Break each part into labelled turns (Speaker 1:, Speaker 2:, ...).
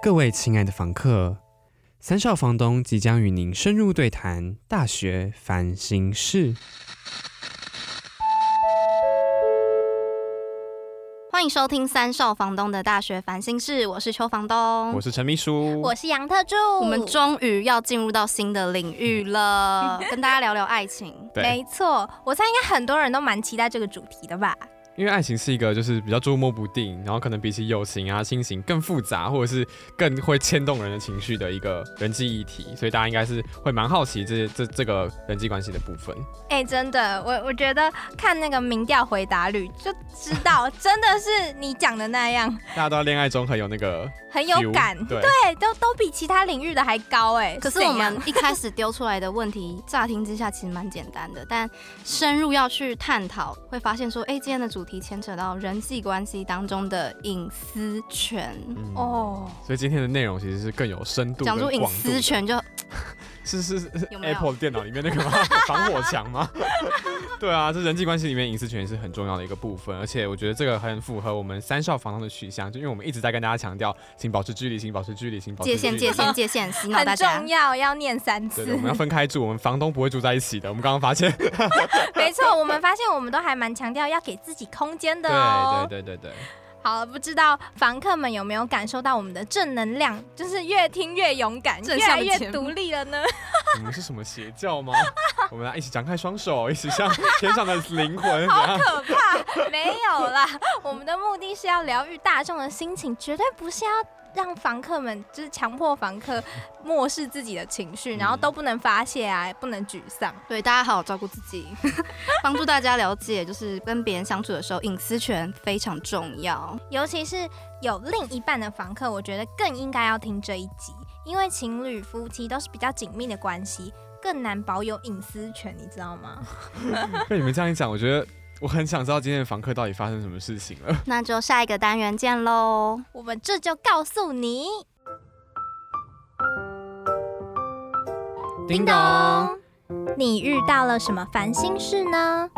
Speaker 1: 各位亲爱的房客，三少房东即将与您深入对谈大学烦心事。
Speaker 2: 欢迎收听三少房东的大学烦心事，我是邱房东，
Speaker 3: 我是陈秘书，
Speaker 4: 我是杨特助。
Speaker 2: 我们终于要进入到新的领域 了，跟大家聊聊爱情。哎
Speaker 3: 对
Speaker 4: 没错，我猜应该很多人都蛮期待这个主题的吧？
Speaker 3: 因为爱情是一个就是比较捉摸不定，然后可能比起友情啊、亲情更复杂，或者是更会牵动人的情绪的一个人际议题，所以大家应该是会蛮好奇这这这个人际关系的部分。
Speaker 4: 哎、真的，我我觉得看那个民调回答率就知道，真的是你讲的那样，
Speaker 3: 大家都在恋爱中很有那个
Speaker 4: 很有
Speaker 3: feel，
Speaker 4: 感。
Speaker 3: 对，
Speaker 4: 对，都都比其他领域的还高哎、
Speaker 2: 可是
Speaker 4: 怎
Speaker 2: 我
Speaker 4: 样
Speaker 2: 们 一开始丢出来的问题，乍听之下其实蛮简单的，但深入要去探讨，会发现说，哎、今天的主题牵扯到人际关系当中的隐私权。
Speaker 3: 嗯，
Speaker 4: 哦，
Speaker 3: 所以今天的内容其实是更有深度，
Speaker 2: 讲出隐私，权就，
Speaker 3: 是是是
Speaker 2: 有没有
Speaker 3: Apple 电脑里面那 个吗？防火墙吗？ 对啊，这人际关系里面隐私权也是很重要的一个部分，而且我觉得这个很符合我们三少房东的取向，就因为我们一直在跟大家强调，请保持距离，请保持距离，请保持
Speaker 2: 界
Speaker 3: 距
Speaker 2: 限、
Speaker 3: 离
Speaker 2: 界限、界限， 洗脑大
Speaker 4: 很
Speaker 2: 家
Speaker 4: 重。要，要念三次
Speaker 3: 对。对，我们 要分开住，我们房东不会住在一起的。我们刚刚发现，
Speaker 4: 没错，我们发现我们都还蛮强调要给自己空间的
Speaker 3: 对
Speaker 4: 哦。
Speaker 3: 对对对对，
Speaker 4: 好了，不知道房客们有没有感受到我们的正能量，就是越听越勇敢，
Speaker 2: 正
Speaker 4: 越
Speaker 2: 向
Speaker 4: 来
Speaker 2: 的
Speaker 4: 越
Speaker 2: 节目
Speaker 4: 独立了呢？
Speaker 3: 你嗯们是什么邪教吗？我们来一起张开双手，一起向天上的灵 魂。
Speaker 4: 好可怕！没有啦，我们的目的是要疗愈大众的心情，绝对不是要让房客们就是强迫房客漠视自己的情绪，
Speaker 3: 嗯
Speaker 4: 然后都不能发泄啊，不能沮丧。
Speaker 2: 对，大家好好照顾自己， 帮助大家了解，就是跟别人相处的时候，隐私权非常重要。
Speaker 4: 尤其是有另一半的房客，我觉得更应该要听这一集，因为情侣夫妻都是比较紧密的关系，更难保有隐私权，你知道吗？
Speaker 3: 被你们这样一讲，我觉得我很想知道今天的房客到底发生什么事情了。
Speaker 2: 那就下一个单元见喽。
Speaker 4: 我们这就告诉你，
Speaker 3: 叮，，
Speaker 4: 你遇到了什么烦心事呢？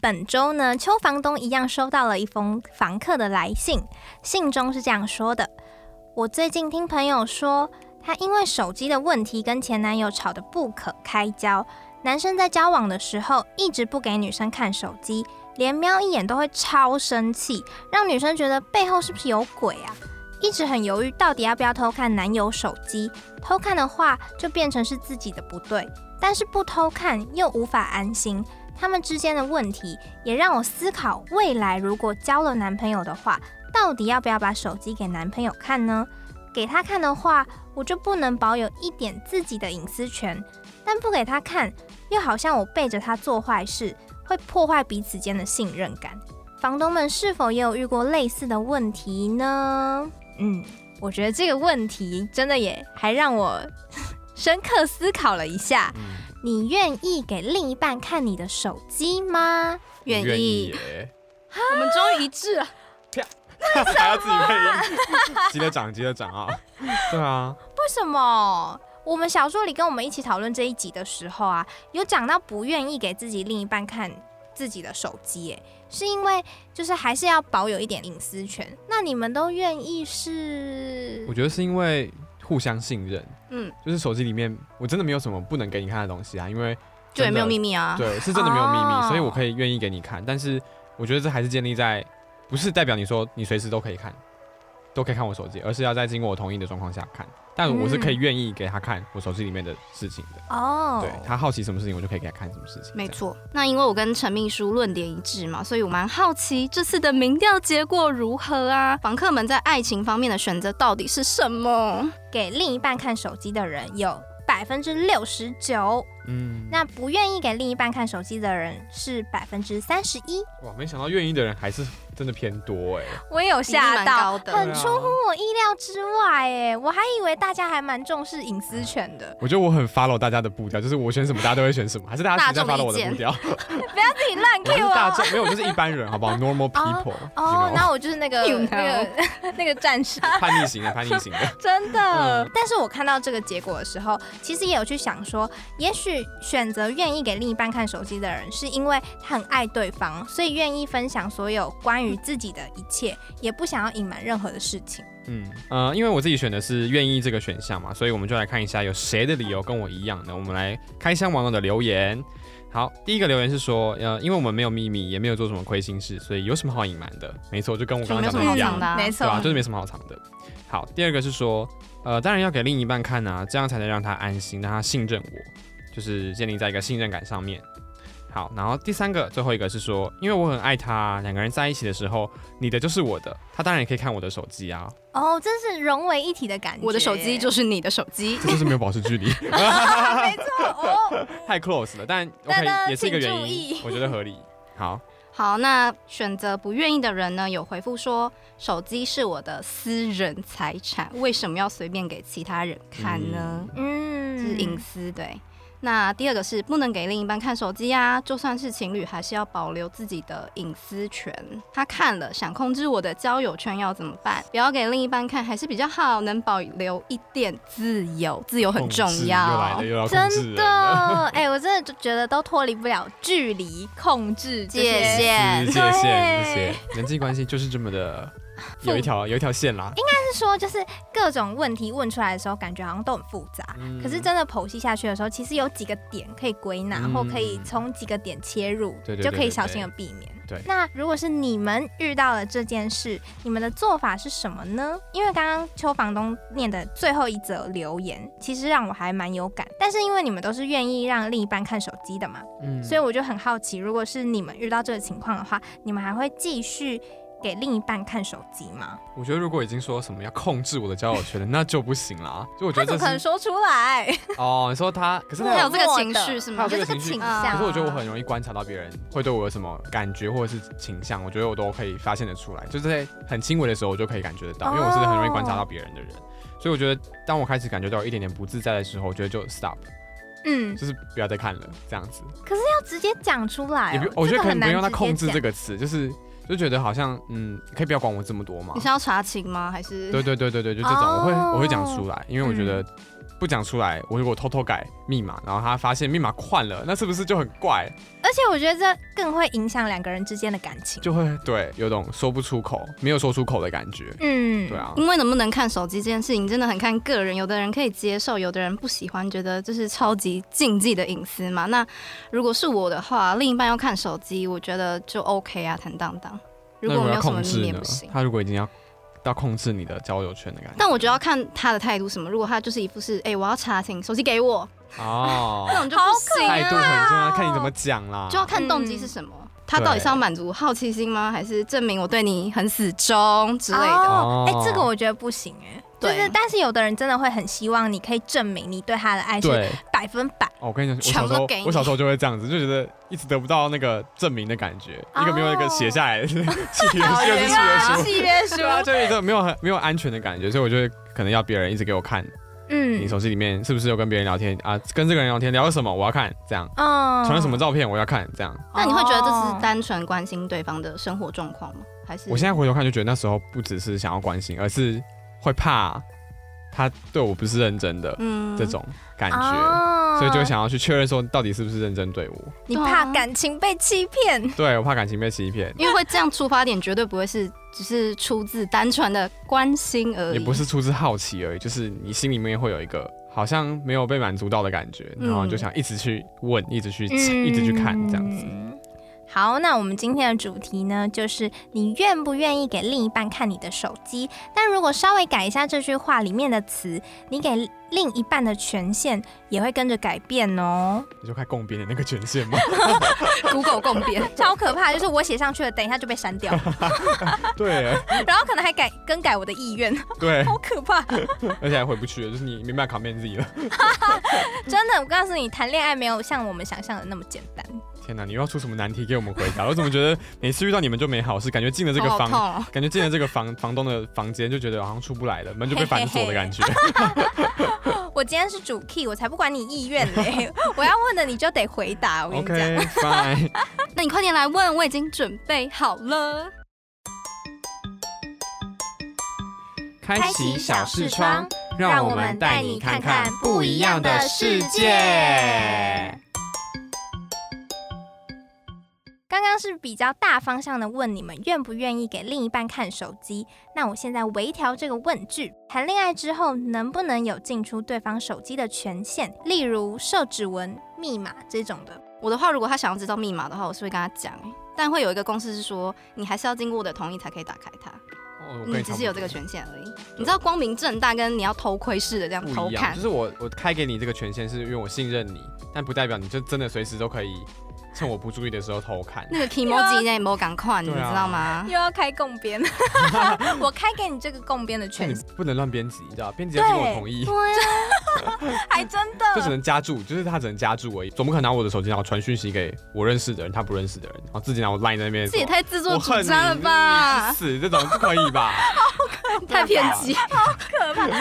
Speaker 4: 本周呢，邱房东一样收到了一封房客的来信，信中是这样说的：我最近听朋友说，她因为手机的问题跟前男友吵得不可开交。男生在交往的时候一直不给女生看手机，连瞄一眼都会超生气，让女生觉得背后是不是有鬼啊？一直很犹豫到底要不要偷看男友手机，偷看的话就变成是自己的不对，但是不偷看又无法安心。他们之间的问题也让我思考，未来如果交了男朋友的话，到底要不要把手机给男朋友看呢？给他看的话，我就不能保有一点自己的隐私权，但不给他看，又好像我背着他做坏事，会破坏彼此间的信任感。房东们是否也有遇过类似的问题呢？嗯，我觉得这个问题真的也还让我深刻思考了一下。
Speaker 3: 嗯，
Speaker 4: 你愿意给另一半看你的手机吗？
Speaker 2: 愿
Speaker 3: 愿意
Speaker 2: 意，
Speaker 3: 耶，
Speaker 2: 我们终于一致了。
Speaker 3: 还要自己配音，急着涨，急着涨啊！对啊，
Speaker 4: 为什么？我们小助理跟我们一起讨论这一集的时候啊，有讲到不愿意给自己另一半看自己的手机，哎，是因为就是还是要保有一点隐私权。那你们都愿意是
Speaker 3: 我？觉得是因为互相信任，
Speaker 2: 嗯，
Speaker 3: 就是手机里面我真的没有什么不能给你看的东西啊，因为
Speaker 2: 就也没有
Speaker 3: 真的
Speaker 2: 秘密啊。
Speaker 3: 对，是真的没有秘密，
Speaker 4: 哦
Speaker 3: 所以我可以愿意给你看，但是我觉得这还是建立在不是代表你说你随时都可以看，都可以看我手机，而是要在经过我同意的状况下看。但我是可以愿意给他看我手机里面的事情的，
Speaker 4: 哦
Speaker 3: 对他好奇什么事情，我就可以给他看什么事情。
Speaker 2: 嗯没错，那因为我跟陈秘书论点一致嘛，所以我蛮好奇这次的民调结果如何啊？房客们在爱情方面的选择到底是什么？
Speaker 4: 给另一半看手机的人有百分之六十九，
Speaker 3: 这样，嗯，
Speaker 4: 那不愿意给另一半看手机的人是百分之三十一。
Speaker 3: 哇，没想到愿意的人还是真的偏多哎、
Speaker 4: 我也有吓
Speaker 2: 比例蛮
Speaker 4: 到，
Speaker 2: 高的
Speaker 3: 啊
Speaker 4: 很出乎我意料之外哎，我还以为大家还蛮重视隐私权的，
Speaker 3: 我觉得我很 follow 大家的步调，就是我选什么大家都会选什么，还是大家
Speaker 2: 大
Speaker 3: 实在
Speaker 2: 众
Speaker 3: follow 我
Speaker 2: 意
Speaker 3: 的
Speaker 2: 见
Speaker 3: 步调？
Speaker 4: 不要自己乱
Speaker 3: 我是
Speaker 4: Q
Speaker 3: 大
Speaker 4: 我。
Speaker 3: 众，没有，我就是一般人，好不好？Normal
Speaker 4: 哦
Speaker 3: people，you
Speaker 4: 哦，
Speaker 3: know
Speaker 4: 然后我就是那 个
Speaker 2: You
Speaker 4: 那个那个战士，
Speaker 3: 叛逆型的，叛逆型的，
Speaker 4: 真的。
Speaker 3: 嗯
Speaker 4: 但是我看到这个结果的时候，其实也有去想说，也许选择愿意给另一半看手机的人，是因为他很爱对方，所以愿意分享所有关于于自己的一切，也不想要隐瞒任何的事情。
Speaker 3: 嗯，呃，因为我自己选的是愿意这个选项嘛，所以我们就来看一下有谁的理由跟我一样的。我们来开箱网友的留言。好，第一个留言是说，呃，因为我们没有秘密，也没有做什么亏心事，所以有什么好隐瞒的？没错，就跟我刚刚
Speaker 2: 没什
Speaker 3: 讲
Speaker 2: 么好
Speaker 3: 的一
Speaker 2: 藏
Speaker 3: 样
Speaker 2: 的，啊
Speaker 4: 没
Speaker 3: 对吧、
Speaker 4: 错，
Speaker 3: 就是没什么好藏的。好，第二个是说，呃，当然要给另一半看啊，这样才能让他安心，让他信任我，就是建立在一个信任感上面。好，然后第三个，最后一个是说，因为我很爱他，两个人在一起的时候，你的就是我的，他当然也可以看我的手机啊，
Speaker 4: 哦，真是融为一体的感觉。
Speaker 2: 我的手机就是你的手机，
Speaker 3: 这就是没有保持距离，
Speaker 4: 没错哦，
Speaker 3: 太 close 了，但
Speaker 4: 大
Speaker 3: OK
Speaker 4: 家
Speaker 3: 也是一个
Speaker 4: 请
Speaker 3: 原
Speaker 4: 注
Speaker 3: 因
Speaker 4: 意，
Speaker 3: 我觉得合理。好，
Speaker 2: 好，那选择不愿意的人呢，有回复说手机是我的私人财产，为什么要随便给其他人看呢？这是
Speaker 4: 嗯，
Speaker 2: 隐私，对。那第二个是不能给另一半看手机啊，就算是情侣，还是要保留自己的隐私权。他看了想控制我的交友圈要怎么办？不要给另一半看，还是比较好，能保留一点自由，自由很重
Speaker 3: 控制又来
Speaker 2: 要
Speaker 3: 了，。又要控制
Speaker 4: 真的
Speaker 3: 人啊了，
Speaker 4: 哎、我真的觉得都脱离不了距离控制这些
Speaker 2: 界限
Speaker 3: 是界限，这些
Speaker 4: 对
Speaker 3: 人际关系就是这么的有一条有一条线啦。
Speaker 4: 是说，就是各种问题问出来的时候，感觉好像都很复杂。
Speaker 3: 嗯
Speaker 4: 可是真的剖析下去的时候，其实有几个点可以归纳，
Speaker 3: 嗯
Speaker 4: 或可以从几个点切入，
Speaker 3: 对对对
Speaker 4: 就可以小心的避免。
Speaker 3: 对
Speaker 4: 那如果是你们遇到了这件事，你们的做法是什么呢？因为刚刚邱房东念的最后一则留言，其实让我还蛮有感。但是因为你们都是愿意让另一半看手机的嘛，
Speaker 3: 嗯
Speaker 4: 所以我就很好奇，如果是你们遇到这个情况的话，你们还会继续给另一半看手机吗？
Speaker 3: 我觉得如果已经说什么要控制我的交友圈了，那就不行啦。就我觉
Speaker 4: 他怎么
Speaker 3: 得
Speaker 4: 可
Speaker 3: 这
Speaker 4: 能
Speaker 3: 是
Speaker 4: 说出来？
Speaker 3: 哦，你说他，可是
Speaker 2: 他
Speaker 3: 他
Speaker 2: 有
Speaker 3: 有。
Speaker 2: 这个情绪是
Speaker 3: 他
Speaker 2: 吗
Speaker 3: 有？
Speaker 4: 就
Speaker 3: 这
Speaker 4: 是
Speaker 3: 个
Speaker 4: 个
Speaker 3: 情绪
Speaker 4: 倾
Speaker 2: 啊
Speaker 4: 向。
Speaker 3: 可是我觉得我很容易观察到别人会对我有什么感觉或者是倾向，我觉得我都可以发现得出来，就是在很轻微的时候我就可以感觉得到，因为我是很容易观察到别人的人，所以我觉得当我开始感觉到有一点点不自在的时候，我觉得就 stop，
Speaker 4: 嗯，
Speaker 3: 就是不要再看了这样子。
Speaker 4: 要直接讲出来
Speaker 3: 也
Speaker 4: 哦、
Speaker 3: 不，我觉得可能不用到控制这
Speaker 4: 个
Speaker 3: 个词，就是就觉得好像嗯，可以不要管我这么多嘛
Speaker 2: 你。是要查情吗？还是
Speaker 3: 对对对对对，就这种，
Speaker 4: 哦
Speaker 3: 我会我会讲出来，因为我觉
Speaker 2: 嗯
Speaker 3: 得不讲出来，我如果偷偷改密码，然后他发现密码换了，那是不是就很怪？
Speaker 4: 很难直接讲，而且我觉得这更会影响两个人之间的感情。
Speaker 3: 就会对有种说不出口、没有说出口的感觉。
Speaker 4: 嗯，
Speaker 3: 对。啊，
Speaker 2: 因为能不能看手机这件事情真的很看个人，有的人可以接受，有的人不喜欢，觉得这是超级禁忌的隐私嘛。那如果是我的话，另一半要看手机，我觉得就 OK 啊，坦荡荡。如
Speaker 3: 那
Speaker 2: 果没
Speaker 3: 要
Speaker 2: 有什么
Speaker 3: 控
Speaker 2: 秘
Speaker 3: 制
Speaker 2: 密也
Speaker 3: 呢
Speaker 2: 不行？。
Speaker 3: 他如果已经要到控制你的交友圈的感觉，
Speaker 2: 但我觉得要看他的态度什么，如果他就是一副是哎、我要查情，手机给我，
Speaker 3: 哦，
Speaker 2: 那种就不行
Speaker 3: 态度
Speaker 2: 啊，
Speaker 3: 很重要，看你怎么讲啦。
Speaker 2: 就要看动机是什么。他到底是要满足好奇心吗？还是证明我对你很死忠之类的？
Speaker 4: 哦，哎、
Speaker 3: 哦
Speaker 4: 这个我觉得不行哎、就
Speaker 2: 对
Speaker 4: 是，但是有的人真的会很希望你可以证明你对他的爱是
Speaker 3: 对，
Speaker 4: 百分百。
Speaker 3: 哦我跟你
Speaker 2: 全
Speaker 3: 讲，我
Speaker 2: 部
Speaker 3: 小时
Speaker 2: 都
Speaker 3: 候
Speaker 2: 给你
Speaker 3: 我小时候就会这样子，就觉得一直得不到那个证明的感觉，一个没有一
Speaker 2: 哦
Speaker 3: 个写下 来的 契约又是契约
Speaker 4: 啊
Speaker 3: 书，
Speaker 4: 契约书
Speaker 3: 对啊，就有一个没有很没有安全的感觉，所以我觉得可能要别人一直给我看，你
Speaker 4: 嗯
Speaker 3: 手机里面是不是有跟别人聊天啊？跟这个人聊天聊了什么？我要看，这样
Speaker 4: 嗯
Speaker 3: 传了什么？照片我要看，这样。
Speaker 2: 那你会觉得这是
Speaker 4: 哦
Speaker 2: 单纯关心对方的生活状况吗？还是
Speaker 3: 我现在回头看就觉得那时候不只是想要关心，而是会怕他对我不是认真的
Speaker 2: 嗯
Speaker 3: 这种感觉，
Speaker 4: 哦
Speaker 3: 所以就会想要去确认说到底是不是认真对我。
Speaker 4: 你怕感情被欺骗。
Speaker 3: 对我怕感情被欺骗。
Speaker 2: 因为会这样出发点绝对不会是只是出自单纯的关心而已，
Speaker 3: 也不是出自好奇而已，就是你心里面会有一个好像没有被满足到的感觉，
Speaker 2: 嗯
Speaker 3: 然后就想一直去问，一直去、 一直去看这样子。
Speaker 4: 嗯好，那我们今天的主题呢，就是你愿不愿意给另一半看你的手机？但如果稍微改一下这句话里面的词，你给另一半的权限也会跟着改变 哦。
Speaker 3: 你就看共编的那个权限 吗？
Speaker 2: 土狗共编。
Speaker 4: 超可怕，就是我写上去了，等一下就被删掉，
Speaker 3: 对
Speaker 4: 然后可能还改更改我的意愿，
Speaker 3: 对，
Speaker 4: 好可怕！
Speaker 3: 而且还回不去了，就是你没办法扛面自己了。
Speaker 4: 真的，我告诉你，谈恋爱没有像我们想象的那么简单。
Speaker 3: 天哪，你又要出什么难题给我们回答？我怎么觉得每次遇到你们就没好事，感觉进了这个
Speaker 2: 头好
Speaker 3: 房，
Speaker 2: 痛哦
Speaker 3: 感觉进了这个房房东的房间就觉得好像出 不来了，门就被反锁的感觉。
Speaker 4: 我今天是主 key，我才不管你意愿嘞， 我要问的你就得回答。我跟你讲。
Speaker 3: OK fine，
Speaker 2: 那你快点来问，我已经准备好了。
Speaker 3: 开启小视窗，
Speaker 4: 让我们带你看看不一样的世界。刚刚是比较大方向的问你们愿不愿意给另一半看手机，那我现在微调这个问句：谈恋爱之后能不能有进出对方手机的权限，例如设指纹、密码这种的？
Speaker 2: 我的话，如果他想要知道密码的话，我是会跟他讲、欸，但会有一个公式是说，你还是要经过我的同意才可以打开它，
Speaker 3: 哦我跟
Speaker 2: 你
Speaker 3: 差
Speaker 2: 只
Speaker 3: 不
Speaker 2: 是嗯有这
Speaker 3: 多
Speaker 2: 个权限而已。你知道光明正大跟你要偷窥似的这样偷
Speaker 3: 不一样，
Speaker 2: 看
Speaker 3: 就，是我我开给你这个权限，是因为我信任你，但不代表你就真的随时都可以趁我不注意的时候偷看。
Speaker 2: 那个 emoji 那没有赶快，你知
Speaker 3: 对啊
Speaker 2: 道 吗？
Speaker 4: 又要开共编，我开给你这个共编的
Speaker 3: 那
Speaker 4: 权
Speaker 3: 你
Speaker 4: 限，
Speaker 3: 不能乱编辑，你知道吧？编辑要经过我同意，
Speaker 4: 对啊，还真
Speaker 3: 就只
Speaker 4: 的。
Speaker 3: 能加注，就是他只能加注而已，总不可能拿我的手机然后传讯息给我认识的人，他不认识的人，然后自己拿我 line 在那边说。
Speaker 2: 这也太自作
Speaker 3: 我
Speaker 2: 主
Speaker 3: 恨你
Speaker 2: 张了吧
Speaker 3: 你！去死，这种不可 以吧？
Speaker 2: 太偏激，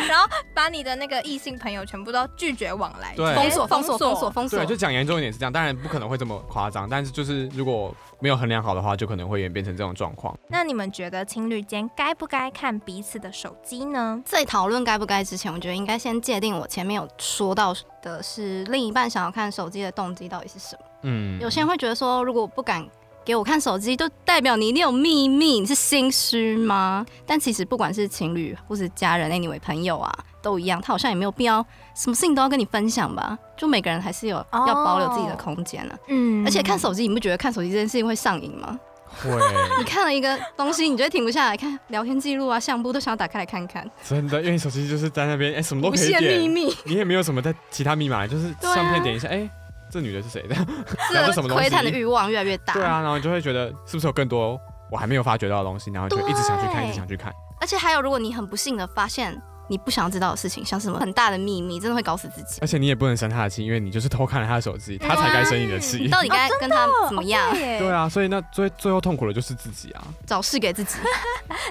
Speaker 4: 然后把你的那个异性朋友全部都拒绝往来，
Speaker 3: 对
Speaker 2: 封锁封锁封锁。封锁
Speaker 3: 对，，啊就讲严重一点是这样，当然不可能会这么夸张，但是就是如果没有衡量好的话，就可能会演变成这种状况。
Speaker 4: 那你们觉得情侣间该不该看彼此的手机呢？
Speaker 2: 在讨论该不该之前，我觉得应该先界定我前面有说到的是另一半想要看手机的动机到底是什么。
Speaker 3: 嗯，
Speaker 2: 有些人会觉得说，如果我不敢给我看手机，就代表你一定有秘密，你是心虚吗？但其实不管是情侣或是家人，anyway 朋友啊，都一样，他好像也没有必要什么事情都要跟你分享吧。就每个人还是有
Speaker 4: 哦
Speaker 2: 要保留自己的空间啊。
Speaker 4: 嗯
Speaker 2: 而且看手机，你不觉得看手机这件事情会上瘾吗？
Speaker 3: 会
Speaker 2: 你看了一个东西，你就会停不下来看聊天记录啊、相簿，都想要打开来看看，
Speaker 3: 真的，因为你手机就是在那边，哎、什么都
Speaker 2: 无
Speaker 3: 可以
Speaker 2: 限秘
Speaker 3: 点，
Speaker 2: 密。
Speaker 3: 你也没有什么在其他密码，就是
Speaker 2: 对啊
Speaker 3: 相片点一下，哎、这女的是谁的？然后
Speaker 2: 这
Speaker 3: 这什么东西
Speaker 2: 窥探的欲望越来越大。
Speaker 3: 对啊，然后你就会觉得是不是有更多我还没有发觉到的东西，然后就一直想去看，
Speaker 2: 对
Speaker 3: 一直想去看。
Speaker 2: 而且还有，如果你很不幸的发现你不想要知道的事情，像什么很大的秘密，真的会搞死自 己。
Speaker 3: 而且你也不能生她的气，因为你就是偷看了她的手机，她才该生你的
Speaker 2: 你
Speaker 3: 气。
Speaker 2: 啊到底该跟他
Speaker 4: 哦
Speaker 2: 怎么样？
Speaker 4: 对耶
Speaker 3: 对啊，所以那最最后痛苦的就是自 己啊。
Speaker 2: 找事给自己。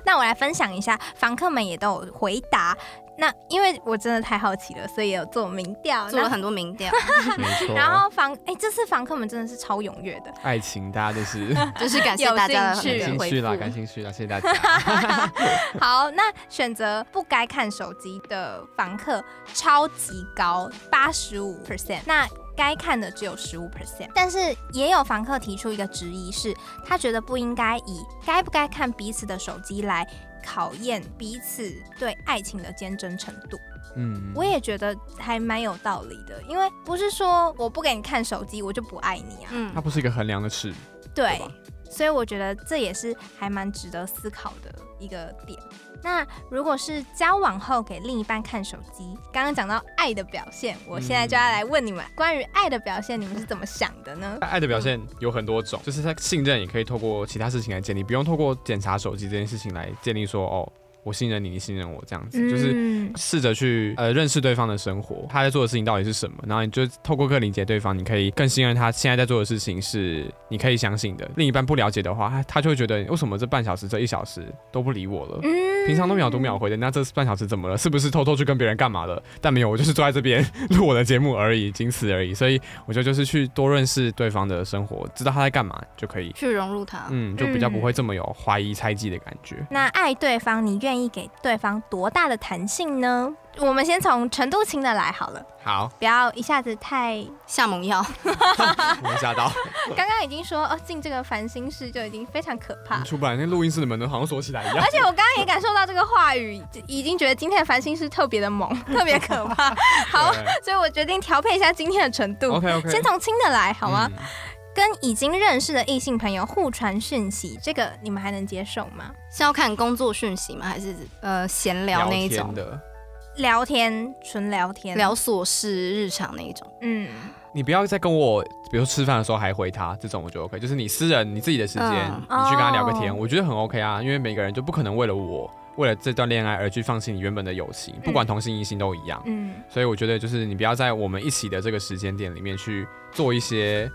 Speaker 4: 那我来分享一下，房客们也都有回答。那因为我真的太好奇了，所以有做民调。
Speaker 2: 做了
Speaker 4: 那
Speaker 2: 很多民调，
Speaker 3: 没错。
Speaker 4: 然后房哎、这次房客们真的是超踊跃的。
Speaker 3: 爱情大家就是
Speaker 2: 就是感谢大家的
Speaker 4: 有兴趣
Speaker 2: 啊回
Speaker 3: 感兴
Speaker 2: 复
Speaker 3: 趣。啦，感兴趣啦，谢谢大家。
Speaker 4: 好，那选择不该看手机的房客超级高，八十五 percent。那该看的只有十五 percent，但是也有房客提出一个质疑是，他觉得不应该以该不该看彼此的手机来考验彼此对爱情的坚贞程度。
Speaker 3: 嗯，
Speaker 4: 我也觉得还蛮有道理的，因为不是说我不给你看手机，我就不爱你啊。
Speaker 2: 嗯
Speaker 3: 它，不是一个衡量的尺，
Speaker 4: 对
Speaker 3: 对吧，
Speaker 4: 所以我觉得这也是还蛮值得思考的一个点。那如果是交往后给另一半看手机，刚刚讲到爱的表现，我现在就要来问你们，关于爱的表现，你们是怎么想的呢？
Speaker 3: 爱的表现有很多种，就是他信任也可以透过其他事情来建立，不用透过检查手机这件事情来建立说哦，我信任你，你信任我这样子，就是。
Speaker 4: 嗯
Speaker 3: 试着去呃认识对方的生活，他在做的事情到底是什么，然后你就透过更理解对方，你可以更信任他现在在做的事情是你可以相信的。另一半不了解的话，他他就会觉得为什么这半小时、这一小时都不理我了。
Speaker 4: 嗯
Speaker 3: 平常都秒读秒回的，那这半小时怎么了？是不是偷偷去跟别人干嘛了？但没有，我就是坐在这边录我的节目而已，仅此而已。所以我觉得就是去多认识对方的生活，知道他在干嘛就可以，
Speaker 2: 去融入他。
Speaker 3: 嗯，就比较
Speaker 4: 嗯
Speaker 3: 不会这么有怀疑猜忌的感觉。
Speaker 4: 那爱对方，你愿意给对方多大的弹性呢？我们先从程度轻的来好了，
Speaker 3: 好，
Speaker 4: 不要一下子太
Speaker 2: 下猛药，
Speaker 3: 我吓 到，
Speaker 4: 刚刚已经说哦，进这个烦心室就已经非常可怕。
Speaker 3: 出不来，那录音室的门都好像锁起来一样
Speaker 4: 而。且我刚刚也感受到这个话语，已经觉得今天的烦心室特别的 猛，特别可怕。好，所以我决定调配一下今天的程度
Speaker 3: OK OK，
Speaker 4: 先从轻的来好吗？
Speaker 3: 嗯
Speaker 4: 跟已经认识的异性朋友互传讯息，这个你们还能接受吗？
Speaker 2: 是要看工作讯息吗？还是呃闲聊那一
Speaker 3: 天
Speaker 2: 种？
Speaker 3: 的，
Speaker 4: 聊天，纯聊天，
Speaker 2: 聊，琐事、日常那一种。
Speaker 4: 嗯，
Speaker 3: 你不要再跟我，比如说吃饭的时候还回他，这种我觉得 OK，就是你私人你自己的时间，
Speaker 2: 嗯
Speaker 3: 你去跟他聊个天，
Speaker 4: 哦
Speaker 3: 我觉得很 OK 啊，因为每个人就不可能为了我，为了这段恋爱而去放弃你原本的友情，
Speaker 2: 嗯
Speaker 3: 不管同性异性都一样，
Speaker 4: 嗯，
Speaker 3: 所以我觉得就是你不要在我们一起的这个时间点里面去做一些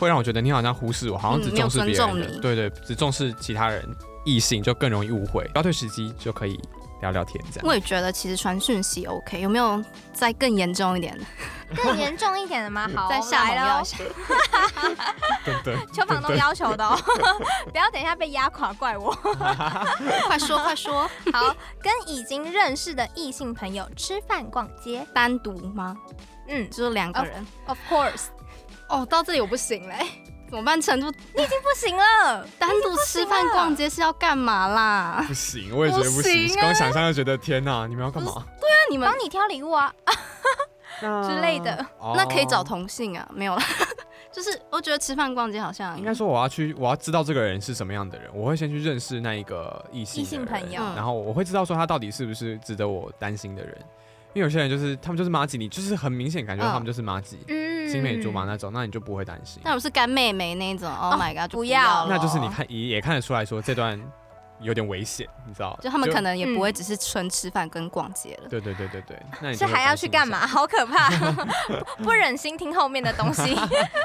Speaker 3: 会让我觉得你好像忽视我，好像只
Speaker 2: 嗯没有
Speaker 3: 重视别人
Speaker 2: 尊
Speaker 3: 的，
Speaker 2: 重你
Speaker 3: 对对，只重视其他人，异性就更容易误会，要对时机就可以聊聊天这样。
Speaker 2: 我也觉得其实传讯息 OK，有没有再更严重一点的？
Speaker 4: 更严重一点的 吗？好，
Speaker 2: 再下猛
Speaker 4: 来
Speaker 2: 药
Speaker 4: 喽
Speaker 2: 一，下。
Speaker 3: 对对，
Speaker 4: 邱房东要求的哦， 不要等一下被压垮怪我。
Speaker 2: 快说快说，
Speaker 4: 好，跟已经认识的异性朋友吃饭、逛街，
Speaker 2: 单独吗？
Speaker 4: 嗯
Speaker 2: 就是两个人。
Speaker 4: ，of course。
Speaker 2: 哦，到这里我不行嘞，怎么办？程度
Speaker 4: 不啊行了，
Speaker 2: 单独吃饭逛街是要干嘛啦？
Speaker 3: 不行，我也觉得不行，
Speaker 2: 不行啊
Speaker 3: 光想象就觉得天哪，你们要干嘛
Speaker 2: 那你们
Speaker 4: 帮你挑礼物 啊之类。的。
Speaker 3: 哦
Speaker 2: 那可以找同性啊？没有啦， 就是我觉得吃饭逛街好像
Speaker 3: 应该说我要去，我要知道这个人是什么样的人，我会先去认识那一个异性
Speaker 4: 异性
Speaker 3: 的人
Speaker 4: 朋友
Speaker 3: 然后我会知道说他到底是不是值得我担心的人，因为有些人就是他们就是妈吉，你就是很明显感觉到他们就是妈吉，
Speaker 4: 嗯
Speaker 3: 青梅竹马那种，那你就不会担心
Speaker 2: 那。如果是干妹妹那一种，Oh my god，就
Speaker 4: 哦不
Speaker 2: 不
Speaker 4: 要
Speaker 2: 要了
Speaker 3: 那就是你，看也也看得出来说这段有点危险，你知道？
Speaker 2: 就他们可能也
Speaker 4: 嗯
Speaker 2: 不会只是纯吃饭跟逛街了。
Speaker 3: 对对对对对，那你
Speaker 4: 是
Speaker 3: 就会
Speaker 4: 还要
Speaker 3: 担
Speaker 4: 去
Speaker 3: 心一
Speaker 4: 干
Speaker 3: 下
Speaker 4: 嘛？？好可怕， 不忍心听后面的东 西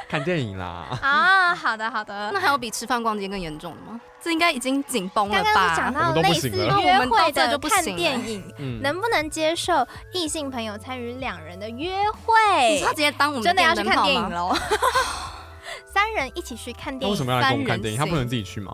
Speaker 3: 看电影啦。
Speaker 4: 啊！好的，好的
Speaker 2: 那。还有比吃饭逛街更严重的吗？这应该已经紧绷了
Speaker 4: 刚刚是讲
Speaker 2: 吧？
Speaker 4: 到
Speaker 3: 我们都不
Speaker 4: 类似
Speaker 3: 行了
Speaker 2: 那我
Speaker 4: 约
Speaker 2: 们到
Speaker 4: 会
Speaker 2: 这
Speaker 4: 的
Speaker 2: 就不
Speaker 4: 看
Speaker 2: 行了
Speaker 4: 电影，
Speaker 3: 嗯，
Speaker 4: 能不能接受异性朋友参与两人的约
Speaker 2: 你
Speaker 4: 会
Speaker 2: 说他？直接当我们
Speaker 4: 哎真的要去
Speaker 2: 电
Speaker 4: 看
Speaker 2: 灯泡
Speaker 4: 电影
Speaker 2: 吗？
Speaker 4: 喽！三人一起去看
Speaker 3: 那
Speaker 4: 电
Speaker 3: 为
Speaker 4: 影，
Speaker 3: 什么要来跟我们看电影？
Speaker 2: 三人行
Speaker 3: 他不能自己去吗？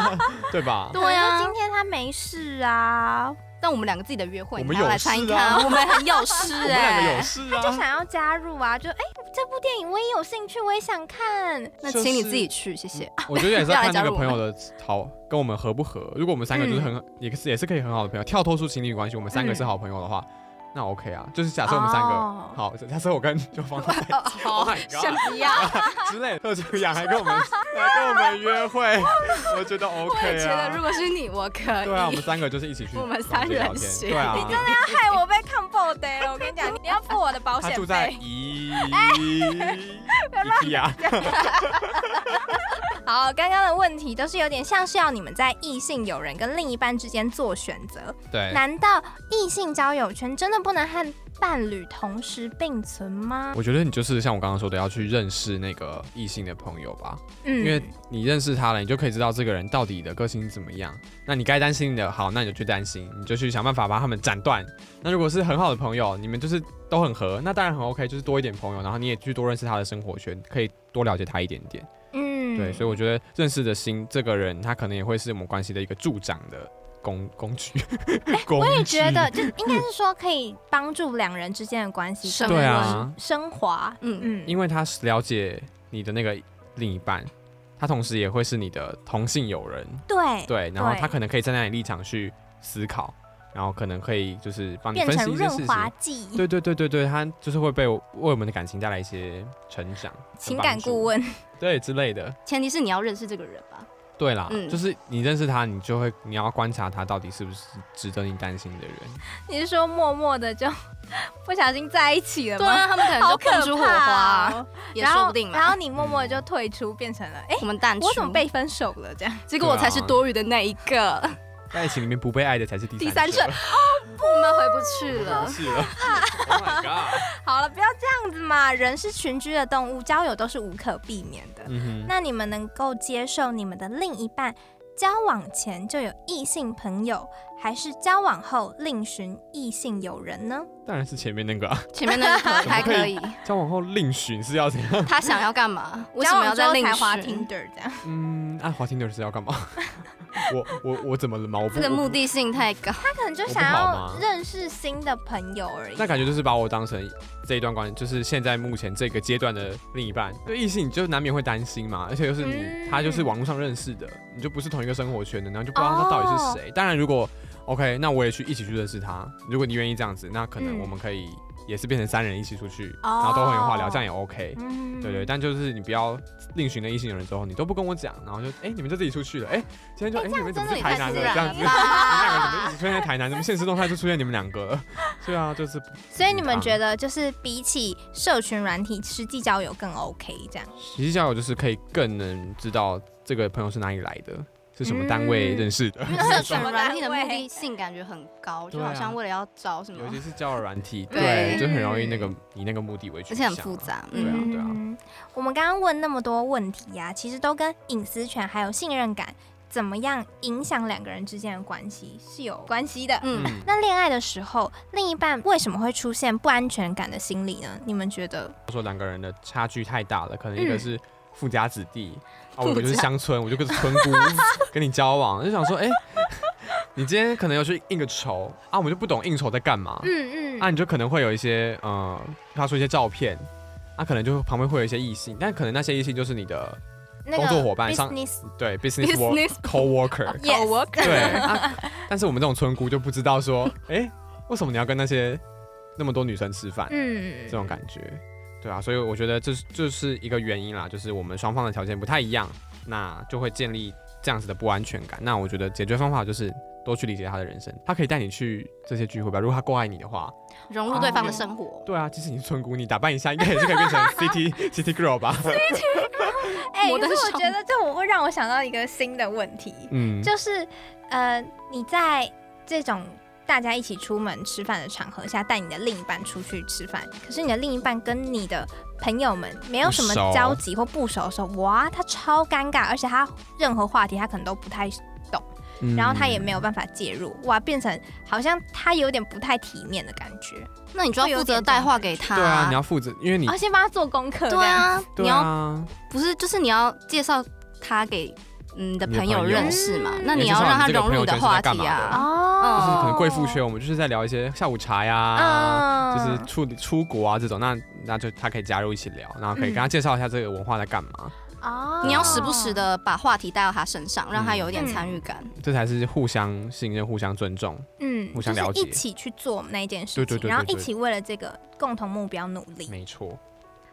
Speaker 3: 对吧？
Speaker 2: 对
Speaker 4: 可能
Speaker 2: 啊
Speaker 4: 哎是，今天他没事啊，
Speaker 2: 但我们两个自己的约会，
Speaker 3: 我
Speaker 2: 你
Speaker 3: 们
Speaker 2: 还要
Speaker 3: 有
Speaker 2: 来参一
Speaker 3: 事啊
Speaker 2: 看，我们很有事
Speaker 3: 我们两个
Speaker 2: 哎
Speaker 3: 有。事
Speaker 4: 他就
Speaker 3: 啊。
Speaker 4: 想要加入啊，就哎、这部电影我也有兴趣，我也想看。
Speaker 2: 那
Speaker 3: 就是
Speaker 2: 请你自己去，谢谢。
Speaker 3: 我觉得也是要看那
Speaker 2: 不要来加
Speaker 3: 个
Speaker 2: 入我
Speaker 3: 朋
Speaker 2: 们嗯
Speaker 3: 友的好跟我们合不合。如果我们三个就是很、也是也是可以很好的朋友，跳脱出情侣关系，我们三个是好朋友的话，
Speaker 2: 嗯
Speaker 3: 那 OK 啊。就是假设我们三个、
Speaker 4: 哦
Speaker 3: 好，假设我跟就放在 Oh my god
Speaker 2: 先不要，
Speaker 3: 之类的，特殊养还跟我们来跟我们约会，我觉得
Speaker 2: 我也
Speaker 3: OK
Speaker 2: 觉得如
Speaker 3: 啊。
Speaker 2: 果是你，我可以。
Speaker 3: 对啊，我们三个就是一起去
Speaker 2: 我们三人
Speaker 3: 聊天
Speaker 2: 行
Speaker 3: 对啊，
Speaker 4: 害我被看爆的欸了，我跟你讲，你要付我的保
Speaker 3: 他
Speaker 4: 险
Speaker 3: 住在
Speaker 4: 费。
Speaker 3: 宜 宜啊，
Speaker 4: 好，刚刚的问题都是有点像是要你们在异性友人跟另一半之间做选择。
Speaker 3: 对，
Speaker 4: 难道异性交友圈真的不能和伴侣同时并存吗？
Speaker 3: 我觉得你就是像我刚刚说的，要去认识那个异性的朋友吧，
Speaker 4: 嗯
Speaker 3: 因为你认识他了，你就可以知道这个人到底的个性怎么样。那你该担心的，好，那你就去担心，你就去想办法把他们斩断。那如果是很好的朋友，你们就是都很合，那当然很 OK，就是多一点朋友，然后你也去多认识他的生活圈，可以多了解他一点点。
Speaker 4: 嗯
Speaker 3: 对，所以我觉得认识的心这个人，他可能也会是我们关系的一个助长的工 工具。工具
Speaker 4: 我也觉得，就应该是说可以帮助两人之间的关系
Speaker 2: 升
Speaker 3: 对啊，
Speaker 4: 升华。
Speaker 2: 嗯，
Speaker 4: 嗯，
Speaker 3: 因为他是了解你的那个另一半，他同时也会是你的同性友人，
Speaker 4: 对，
Speaker 3: 对，然后
Speaker 4: 对
Speaker 3: 他可能可以站在你立场去思考，然后可能可以就是帮你
Speaker 4: 变
Speaker 3: 分析
Speaker 4: 成
Speaker 3: 一些
Speaker 4: 润
Speaker 3: 事
Speaker 4: 滑
Speaker 3: 情。
Speaker 4: 剂，
Speaker 3: 对对对对对，他就是会被我为我们的感情带来一些成长、
Speaker 4: 情感顾，问。
Speaker 3: 对之类的。
Speaker 2: 前提是你要认识这个人吧。
Speaker 3: 对啦，
Speaker 2: 嗯
Speaker 3: 就是你认识他，你就会你要观察他到底是不是值得你担心的人。
Speaker 4: 你是说默默的就 不小心在一起了
Speaker 2: 对
Speaker 4: 吗？
Speaker 2: 啊，他们可啊能就
Speaker 4: 好可
Speaker 2: 碰出火
Speaker 4: 怕
Speaker 2: 花，
Speaker 4: 哦、
Speaker 2: 也
Speaker 4: 然后
Speaker 2: 说不定嘛。
Speaker 4: 然后你默默地就退出，变成了哎、
Speaker 2: 我们淡出，
Speaker 4: 我怎么被分手了 这样？
Speaker 2: 结果我才是多余的那一个，
Speaker 3: 在爱情里面不被爱的才是第
Speaker 2: 第
Speaker 3: 三
Speaker 2: 三者，我们回不去
Speaker 3: 不
Speaker 2: 了。
Speaker 3: 是了。oh my god！
Speaker 4: 好了，不要这样子嘛，人是群居的动物，交友都是无可避免的。
Speaker 3: 嗯哼，
Speaker 4: 那你们能够接受你们的另一半交往前就有异性朋友，还是交往后另寻异性友人呢？
Speaker 3: 当然是前面那个啊。
Speaker 2: 前面那个还可以，
Speaker 3: 交往后另寻是要怎样？
Speaker 2: 他想要干 嘛？为什
Speaker 4: 交
Speaker 2: 么
Speaker 4: 往
Speaker 2: 要
Speaker 4: 之
Speaker 2: 在
Speaker 4: 后
Speaker 2: 另
Speaker 4: 才滑
Speaker 2: 寻
Speaker 4: Tinder 这样？
Speaker 3: 嗯，按滑听的人是要干嘛？我我我怎么了嘛？我不
Speaker 2: 这个
Speaker 3: 我不
Speaker 2: 目的性太 高，
Speaker 4: 他可能就
Speaker 3: 我不
Speaker 4: 想
Speaker 3: 好
Speaker 4: 要
Speaker 3: 吗
Speaker 4: 认识新的朋友而已。
Speaker 3: 那感觉就是把我当成这一段关系，就是现在目前这个阶段的另一半。对异性，你就难免会担心嘛，而且又是你，
Speaker 4: 嗯
Speaker 3: 他就是网络上认识的，你就不是同一个生活圈的，然后就不知道他到底
Speaker 4: 哦
Speaker 3: 是谁。当然，如果 OK，那我也去一起去认识他。如果你愿意这样子，那可能
Speaker 4: 嗯
Speaker 3: 我们可以也是变成三人一起出去，
Speaker 4: 哦
Speaker 3: 然后都很有话聊，这样也 OK。
Speaker 4: 嗯
Speaker 3: 对对，。但就是你不要另寻了异性友人之后，你都不跟我讲，然后就哎、你们就自己出去了，哎、今天就哎、你们怎
Speaker 2: 真
Speaker 3: 么
Speaker 2: 的
Speaker 3: 是
Speaker 2: 也
Speaker 3: 台
Speaker 2: 太
Speaker 3: 南
Speaker 2: 突
Speaker 3: 的
Speaker 2: 然
Speaker 3: 这样
Speaker 2: 了
Speaker 3: 子？你们两个怎么
Speaker 2: 吧
Speaker 3: 一？起出现在台南？怎么现实动态就出现你们两个 了？对啊，就是
Speaker 4: 所以你们
Speaker 3: 嗯
Speaker 4: 觉得，就是比起社群软体，实际交友更 OK 这样？
Speaker 3: 实际交友就是可以更能知道这个朋友是哪里来的，是什么单位
Speaker 4: 嗯
Speaker 3: 认识 的，
Speaker 2: 因为社群软体的目的性感觉很高，就好像为了要找什
Speaker 3: 尤
Speaker 2: 么
Speaker 3: 其，是交友软体，
Speaker 2: 对
Speaker 3: 对，就很容易那个以那个目的为取
Speaker 2: 而且
Speaker 3: 向啊
Speaker 2: 很复。杂。
Speaker 3: 对啊
Speaker 2: 嗯，
Speaker 3: 对啊
Speaker 4: 嗯我们刚刚问那么多问题呀、其实都跟隐私权还有信任感怎么样影响两个人之间的关系是有关系的。
Speaker 2: 嗯，
Speaker 3: 嗯，
Speaker 4: 那恋爱的时候，另一半为什么会出现不安全感的心理呢？你们觉得？
Speaker 3: 说两个人的差距太大了，可能一个
Speaker 4: 嗯
Speaker 3: 是富家子弟，啊，
Speaker 2: 富
Speaker 3: 我就是
Speaker 2: 家
Speaker 3: 乡村，我就跟村姑跟你交往，就想说，哎、 你今天可能要去应个酬啊，我们就不懂应酬在干嘛，
Speaker 4: 嗯嗯
Speaker 3: 啊，你就可能会有一些，呃，发出一些照片。啊，可能就旁边会有一些异性，但可能那些异性就是你的
Speaker 4: 那
Speaker 3: 工作伙伴上
Speaker 4: business 哦
Speaker 3: 对 business work
Speaker 2: business
Speaker 3: coworker，
Speaker 4: yes
Speaker 2: 我
Speaker 3: 对啊。但是我们这种村姑就不知道说，哎、为什么你要跟那些那么多女生吃饭？
Speaker 4: 嗯
Speaker 3: 这种感觉，对啊，所以我觉得这是这是一个原因啦，就是我们双方的条件不太一样，那就会建立这样子的不安全感。那我觉得解决方法就是多去理解他的人生，他可以带你去这些聚会吧。如果他够爱你的话，
Speaker 2: 融入对方的生活。
Speaker 3: 对啊，即使你是村姑，你打扮一下应该也是可以变成 city city girl 吧？
Speaker 4: 哎、
Speaker 2: 摩
Speaker 4: 可
Speaker 2: 登
Speaker 4: 是我
Speaker 2: 少
Speaker 4: 觉得这我会让我想到一个新的问题，
Speaker 3: 嗯，
Speaker 4: 就是呃，你在这种大家一起出门吃饭的场合下，带你的另一半出去吃饭，可是你的另一半跟你的朋友们没有什么
Speaker 3: 不熟
Speaker 4: 交集或不熟的时候，哇，他超尴尬，而且他任何话题他可能都不太，
Speaker 3: 嗯
Speaker 4: 然后他也没有办法介入，哇，变成好像他有点不太体面的感觉，
Speaker 2: 那你就要负责带话给他。
Speaker 3: 对啊，你要负责，因为你
Speaker 4: 而、先帮他做功课，
Speaker 2: 对，啊，你
Speaker 3: 对
Speaker 2: 要
Speaker 3: 啊，
Speaker 2: 不是就是你要介绍他给嗯你的朋友认识嘛
Speaker 4: 嗯？
Speaker 2: 那你要让他融入你的话
Speaker 3: 你
Speaker 2: 题
Speaker 3: 也知道你这个朋友
Speaker 2: 啊。
Speaker 4: 哦，
Speaker 3: 就是可能贵妇圈，我们就是在聊一些下午茶呀。
Speaker 4: 嗯，
Speaker 3: 就是出出国啊这种，那那就他可以加入一起聊，然后可以跟
Speaker 2: 嗯
Speaker 3: 他介绍一下这个文化在干嘛。
Speaker 4: 哦
Speaker 2: 你要时不时的把话题带到他身上，
Speaker 3: 嗯
Speaker 2: 让他有一点参与感。
Speaker 3: 这才是互相信任、互相尊重。
Speaker 4: 嗯，
Speaker 3: 互相了解
Speaker 4: 就是一起去做那一件事情，
Speaker 3: 对对对对
Speaker 4: 然后一
Speaker 3: 对
Speaker 4: 起为了这个共同目标努力。
Speaker 3: 没错，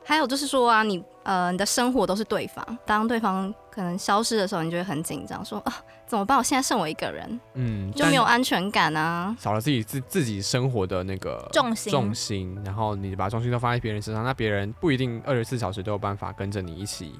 Speaker 2: 还有就是说啊，你呃你的生活都是对方，当对方可能消失的时候，你就会很紧张，说啊怎么办？我现在剩我一个人，
Speaker 3: 嗯，
Speaker 2: 就没有安全感啊。
Speaker 3: 少了自己自自己生活的那个
Speaker 4: 重心
Speaker 3: 重心，然后你把重心都放在别人身上，那别人不一定二十四小时都有办法跟着你一起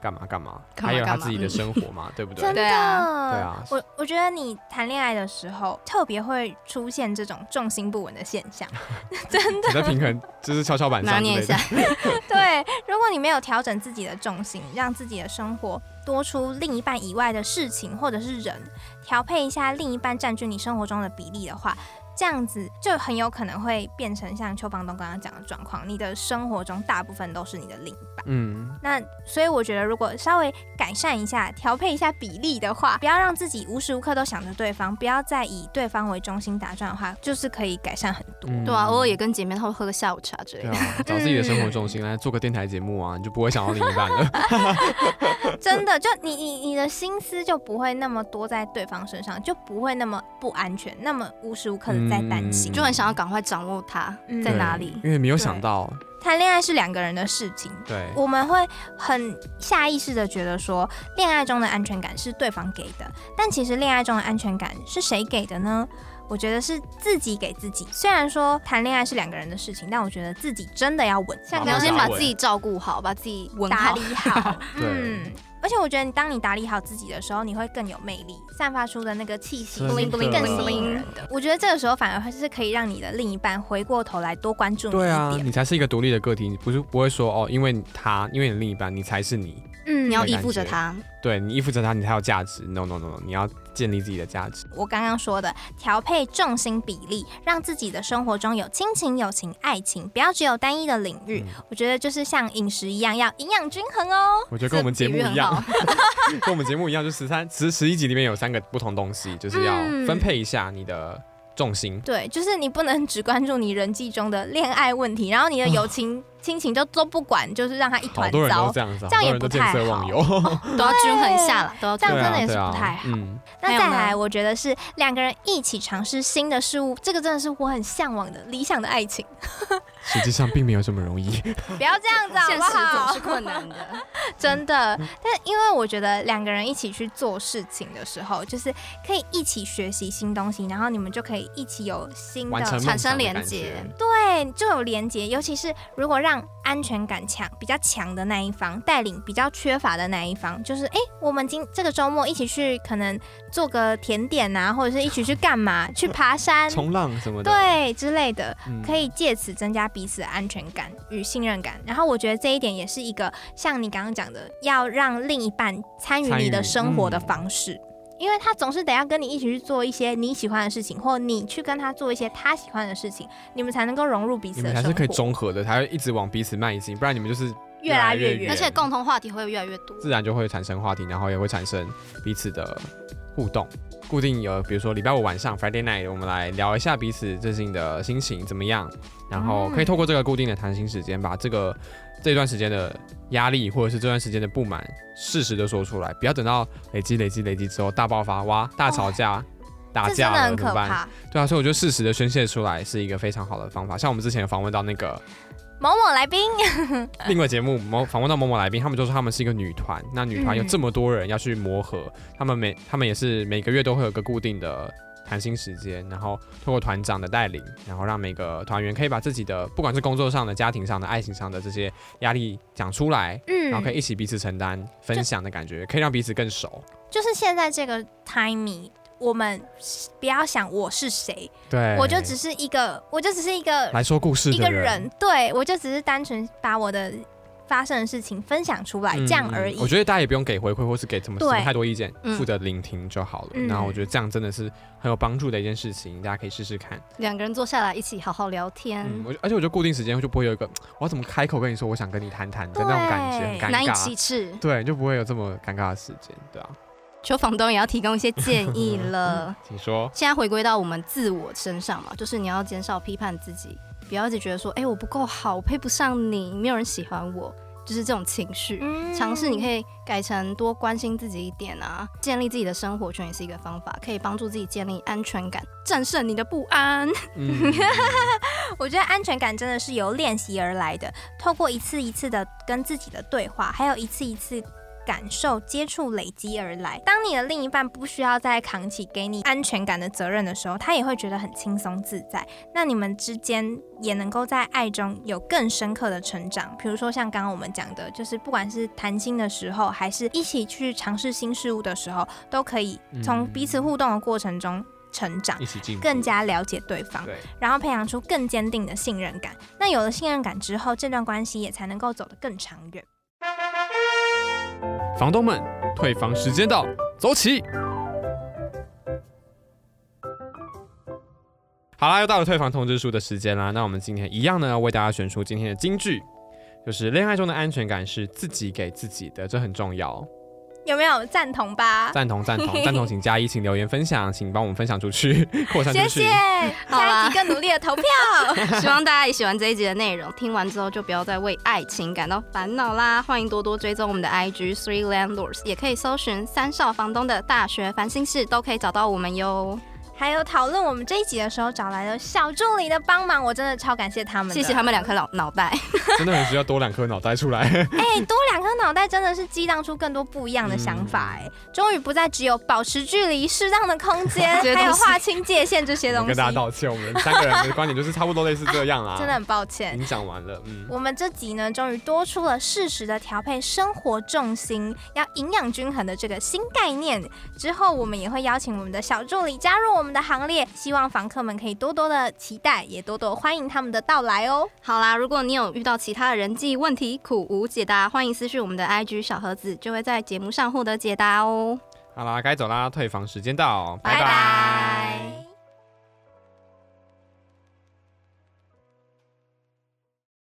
Speaker 3: 干嘛干嘛，
Speaker 2: 干嘛
Speaker 3: 还有他
Speaker 2: 干嘛
Speaker 3: 自己的生活嘛，对不对
Speaker 4: 真？的，
Speaker 2: 对啊
Speaker 3: 对啊
Speaker 4: 我我觉得你谈恋爱的时候特别会出现这种重心不稳的现 象。
Speaker 3: 你在平衡就是跷跷板
Speaker 2: 拿
Speaker 3: 上之
Speaker 2: 捏一
Speaker 3: 类
Speaker 2: 下
Speaker 3: 的，，
Speaker 4: 对，如果你没有调整自己的重心，让自己的生活多出另一半以外的事情或者是人，调配一下另一半占据你生活中的比例的话，这样子就很有可能会变成像邱房东刚刚讲的状况，你的生活中大部分都是你的另一半。
Speaker 3: 嗯，
Speaker 4: 那所以我觉得，如果稍微改善一下、调配一下比例的话，不要让自己无时无刻都想着对方，不要再以对方为中心打转的话，就是可以改善很多。
Speaker 3: 嗯
Speaker 2: 对啊，偶尔也跟姐妹她会喝个下午茶之类
Speaker 3: 对
Speaker 2: 的。
Speaker 3: 啊，找自己的生活重
Speaker 4: 嗯
Speaker 3: 心来做个电台节目啊，你就不会想到另一半了。
Speaker 4: 真的，就你你你的心思就不会那么多在对方身上，就不会那么不安全，那么无时无刻的在担心。
Speaker 3: 嗯
Speaker 2: 就很想要赶快掌握它
Speaker 4: 嗯
Speaker 2: 在
Speaker 3: 对
Speaker 2: 哪里。
Speaker 3: 因为没有想到，
Speaker 4: 谈恋爱是两个人的事情，
Speaker 3: 对，
Speaker 4: 我们会很下意识的觉得说，恋爱中的安全感是对方给的，但其实恋爱中的安全感是谁给的呢？我觉得是自己给自己。虽然说谈恋爱是两个人的事情，但我觉得自己真的要稳，像
Speaker 3: 好
Speaker 2: 你要
Speaker 4: 刚刚
Speaker 2: 先把
Speaker 3: 打稳
Speaker 2: 自己照顾好，把自己稳
Speaker 4: 打
Speaker 2: 好
Speaker 4: 理。好，
Speaker 3: 对
Speaker 4: 嗯。而且我觉得，你当你打理好自己的时候，你会更有魅力，散发出的那个气息
Speaker 3: 真
Speaker 4: 是
Speaker 3: 的
Speaker 4: 更吸引人的。我觉得这个时候反而会是可以让你的另一半回过头来多关注你一
Speaker 3: 对
Speaker 4: 点。
Speaker 3: 啊，你才是一个独立的个体，你不是不会说哦，因为他，因为你另一半，你才是你，
Speaker 4: 嗯，
Speaker 2: 你要依附着他，
Speaker 3: 对你依附着他，你才有价值。No no no no，你要建立自己的价值。
Speaker 4: 我刚刚说的调配重心比例，让自己的生活中有亲情、友情、爱情，不要只有单一的领域。
Speaker 3: 嗯
Speaker 4: 我觉得就是像饮食一样，要营养均衡哦。
Speaker 3: 我觉得跟我们节目一样，
Speaker 2: 这
Speaker 3: 跟我们节目一样，就十三十十一集里面有三个不同东西，就是要
Speaker 4: 嗯
Speaker 3: 分配一下你的重心。
Speaker 4: 对，就是你不能只关注你人际中的恋爱问题，然后你的友情、亲情就都不管，就是让它一
Speaker 3: 好
Speaker 4: 团
Speaker 3: 多人都
Speaker 4: 糟
Speaker 3: 这。样子，啊
Speaker 4: 这样
Speaker 3: 好多
Speaker 4: 也
Speaker 3: 人都
Speaker 4: 不
Speaker 3: 见
Speaker 4: 太
Speaker 3: 色忘友。
Speaker 2: 比喻很好都要均衡一下啦，都要
Speaker 4: 这样
Speaker 3: 对
Speaker 4: 真
Speaker 3: 啊
Speaker 4: 的也是
Speaker 3: 对啊
Speaker 4: 不太好
Speaker 3: 嗯，
Speaker 4: 那
Speaker 2: 还有
Speaker 4: 再
Speaker 2: 呢
Speaker 4: 来，我觉得是两个人一起尝试新的事物，这个真的是我很向往的理想的爱情。
Speaker 3: 实际上并没有这么容易。
Speaker 4: 不要这样子好
Speaker 2: 现
Speaker 4: 不
Speaker 2: 实总
Speaker 4: 好
Speaker 2: 是？困难的。
Speaker 4: 真的，
Speaker 3: 嗯
Speaker 4: 但因为我觉得两个人一起去做事情的时候，就是可以一起学习新东西，然后你们就可以一起有新
Speaker 3: 完成
Speaker 4: 的
Speaker 3: 梦
Speaker 2: 产生
Speaker 3: 想的
Speaker 2: 连
Speaker 3: 感
Speaker 2: 结
Speaker 3: 觉
Speaker 4: 对，就有连接。尤其是如果让安全感强、比较强的那一方带领比较缺乏的那一方，就是哎，诶我们今这个周末一起去可能做个甜点啊，或者是一起去干嘛，去爬山，
Speaker 3: 冲浪什么的，
Speaker 4: 对之类的。
Speaker 3: 嗯，
Speaker 4: 可以借此增加彼此的安全感与信任感。然后我觉得这一点也是一个像你刚刚讲的，要让另一半参与
Speaker 3: 参与
Speaker 4: 你的生活的
Speaker 3: 嗯
Speaker 4: 方式。因为他总是得要跟你一起去做一些你喜欢的事情，或你去跟他做一些他喜欢的事情，你们才能够融入彼
Speaker 3: 你
Speaker 4: 此
Speaker 3: 们
Speaker 4: 的
Speaker 3: 还
Speaker 4: 生
Speaker 3: 是
Speaker 4: 活，
Speaker 3: 可以综合的，才会一直往彼此迈进，不然你们就是
Speaker 4: 越来越
Speaker 3: 越来越
Speaker 4: 远。
Speaker 2: 而且共同话题会越来越多。
Speaker 3: 自然就会产生话题，然后也会产生彼此的互动。固定有，比如说礼拜五晚上 Friday night，我们来聊一下彼此最近的心情怎么样，然后
Speaker 4: 嗯
Speaker 3: 可以透过这个固定的谈心时间，把这个这段时间的压力或者是这段时间的不满，适时的说出来，不要等到累积累积累积之后大爆发，哇，大吵架。打
Speaker 4: 这真
Speaker 3: 架
Speaker 4: 的
Speaker 3: 了
Speaker 4: 很
Speaker 3: 怎么
Speaker 4: 可
Speaker 3: 办？
Speaker 4: 怕。
Speaker 3: 对啊，所以我觉得适时的宣泄出来是一个非常好的方法。像我们之前有访问到那个
Speaker 4: 某某来宾，呃
Speaker 3: 另外节目某访问到某某来宾，他们就说他们是一个女团，那女团有
Speaker 4: 嗯
Speaker 3: 这么多人要去磨合，他们每他们也是每个月都会有个固定的谈心时间，然后通过团长的带领，然后让每个团员可以把自己的不管是工作上的、家庭上的、爱情上的这些压力讲出来，然后可
Speaker 4: 嗯，
Speaker 3: 以一起彼此承担、分享的感觉，可以让彼此更熟。
Speaker 4: 就是现在这个 timing，我们不要想我是谁，
Speaker 3: 对，
Speaker 4: 我就只是一个，我就只是一个
Speaker 3: 来说故事的
Speaker 4: 一个人，对我就只是单纯把我的发生的事情分享出来，
Speaker 3: 嗯
Speaker 4: 这样而
Speaker 3: 嗯
Speaker 4: 已
Speaker 3: 我。觉得大家也不用给回馈，或是给什么什么
Speaker 4: 对
Speaker 3: 太多意见，
Speaker 2: 嗯
Speaker 3: 负责聆听就好了。
Speaker 4: 嗯
Speaker 3: 然后我觉得这样真的是很有帮助的一件事情，大家可以试试看。
Speaker 2: 两个人坐下来一起好好聊天，
Speaker 3: 嗯，我而且我觉得固定时间就不会有一个我要怎么开口跟你说我想跟你谈谈的
Speaker 4: 对
Speaker 3: 那种感觉，很
Speaker 2: 难
Speaker 3: 尴
Speaker 2: 以启
Speaker 3: 尬。
Speaker 2: 齿。
Speaker 3: 对，就不会有这么尴尬的时间，对啊，
Speaker 2: 求房东也要提供一些建议了。
Speaker 3: 请说。
Speaker 2: 现在回归到我们自我身上嘛，就是你要减少批判自己，不要一直觉得说，哎、我不够好，我配不上你，没有人喜欢我，就是这种情绪。
Speaker 4: 嗯
Speaker 2: 尝试你可以改成多关心自己一点啊，建立自己的生活圈也是一个方法，可以帮助自己建立安全感，战胜你的不安。
Speaker 3: 嗯，
Speaker 4: 我觉得安全感真的是由练习而来的，透过一次一次的跟自己的对话，还有一次一次。感受、接触、累积而来。当你的另一半不需要再扛起给你安全感的责任的时候，他也会觉得很轻松自在。那你们之间也能够在爱中有更深刻的成长。比如说像刚刚我们讲的，就是不管是谈心的时候，还是一起去尝试新事物的时候，都可以从彼此互动的过程中成长，
Speaker 3: 一起进步
Speaker 4: 更加了解对方。
Speaker 3: 对，
Speaker 4: 然后培养出更坚定的信任感。那有了信任感之后，这段关系也才能够走得更长远。
Speaker 3: 房东们，退房时间到，走起！好啦，又到了退房通知书的时间啦。那我们今天一样呢，要为大家选出今天的金句，就是恋爱中的安全感是自己给自己的，这很重
Speaker 4: 啊
Speaker 3: 要。
Speaker 4: 有没有赞同吧？
Speaker 3: 赞同，赞同，赞同，请加一，请留言分享，请帮我们分享出去，扩散出
Speaker 4: 谢
Speaker 3: 去。
Speaker 4: 谢，
Speaker 2: 好啊
Speaker 4: 下一集更努力的投票。
Speaker 2: 希望大家也喜欢这一集的内容。听完之后就不要再为爱情感到烦恼啦！欢迎多多追踪我们的 IG Three Landlords，也可以搜寻三少房东的大学烦心事，都可以找到我们哟。
Speaker 4: 还有讨论我们这一集的时候找来了小助理的帮忙，我真的超感谢他们的。
Speaker 2: 谢谢他们两颗脑脑袋，
Speaker 3: 真的很需要多两颗脑袋 出来。
Speaker 4: 哎、多两颗脑袋真的是激荡出更多不一样的想法哎、
Speaker 3: 嗯
Speaker 4: 终于不再只有保持距离、适当的空间，
Speaker 2: 这些东
Speaker 4: 还
Speaker 2: 西
Speaker 4: 有划清界限这些
Speaker 3: 我
Speaker 4: 东
Speaker 3: 们
Speaker 4: 西。
Speaker 3: 跟大家道歉，啊我们三个人的观点就是差不多类似这样啦。
Speaker 4: 真的很抱歉。
Speaker 3: 影响完了，嗯，
Speaker 4: 我们这集呢，终于多出了适时的调配生活重心，要营养均衡的这个新概念。之后我们也会邀请我们的小助理加入我们的行列，希望房客们可以多多的期待，也多多欢迎他们的到来哦。
Speaker 2: 好啦，如果你有遇到其他的人际问题苦无解答，欢迎私讯我们的 IG 小盒子，就会在节目上获得解答哦。
Speaker 3: 好啦，该走啦，退房时间到，
Speaker 2: 拜拜
Speaker 4: 拜